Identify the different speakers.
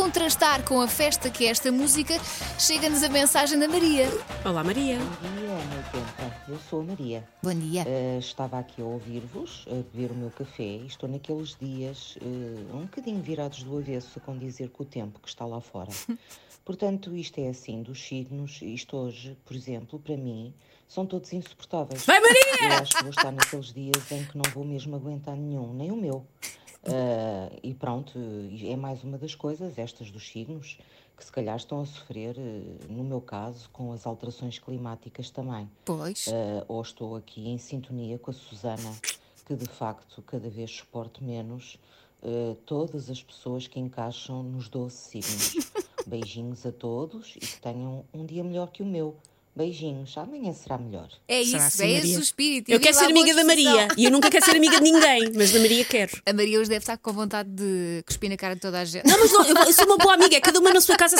Speaker 1: contrastar com a festa que é esta música, chega-nos a mensagem da Maria.
Speaker 2: Olá, Maria.
Speaker 3: Bom dia, meu tempo. Eu sou a Maria.
Speaker 1: Bom dia.
Speaker 3: Eh, estava aqui a ouvir-vos, a beber o meu café e estou naqueles dias eh, um bocadinho virados do avesso com dizer que o tempo que está lá fora. Portanto, isto é assim, dos signos, isto hoje, por exemplo, para mim, são todos insuportáveis.
Speaker 2: Vai, Maria!
Speaker 3: Eu acho que vou estar naqueles dias em que não vou mesmo aguentar nenhum, nem o meu. Ah, e pronto, e é mais uma das coisas, estas dos signos, que se calhar estão a sofrer, eh, no meu caso, com as alterações climáticas também.
Speaker 1: Pois.
Speaker 2: É.
Speaker 3: Ah, ou estou aqui em sintonia com a Susana, que de facto cada vez suporto menos ah, todas as pessoas que encaixam nos 12 signos. Beijinhos a todos e que tenham um dia melhor que o meu. Beijinhos, amanhã será melhor.
Speaker 1: É isso,
Speaker 2: Será
Speaker 1: é
Speaker 2: assim,
Speaker 1: esse
Speaker 2: Maria?
Speaker 1: o espírito.
Speaker 2: Eu
Speaker 1: Viva
Speaker 2: quero ser
Speaker 1: a boa
Speaker 2: amiga da Maria.
Speaker 1: disposição.
Speaker 2: E eu nunca quero ser amiga de ninguém, mas da Maria quero.
Speaker 1: A Maria hoje deve estar com vontade de cuspir na cara de toda a gente.
Speaker 2: Não, mas não, eu, eu sou uma boa amiga. é Cada uma na sua casa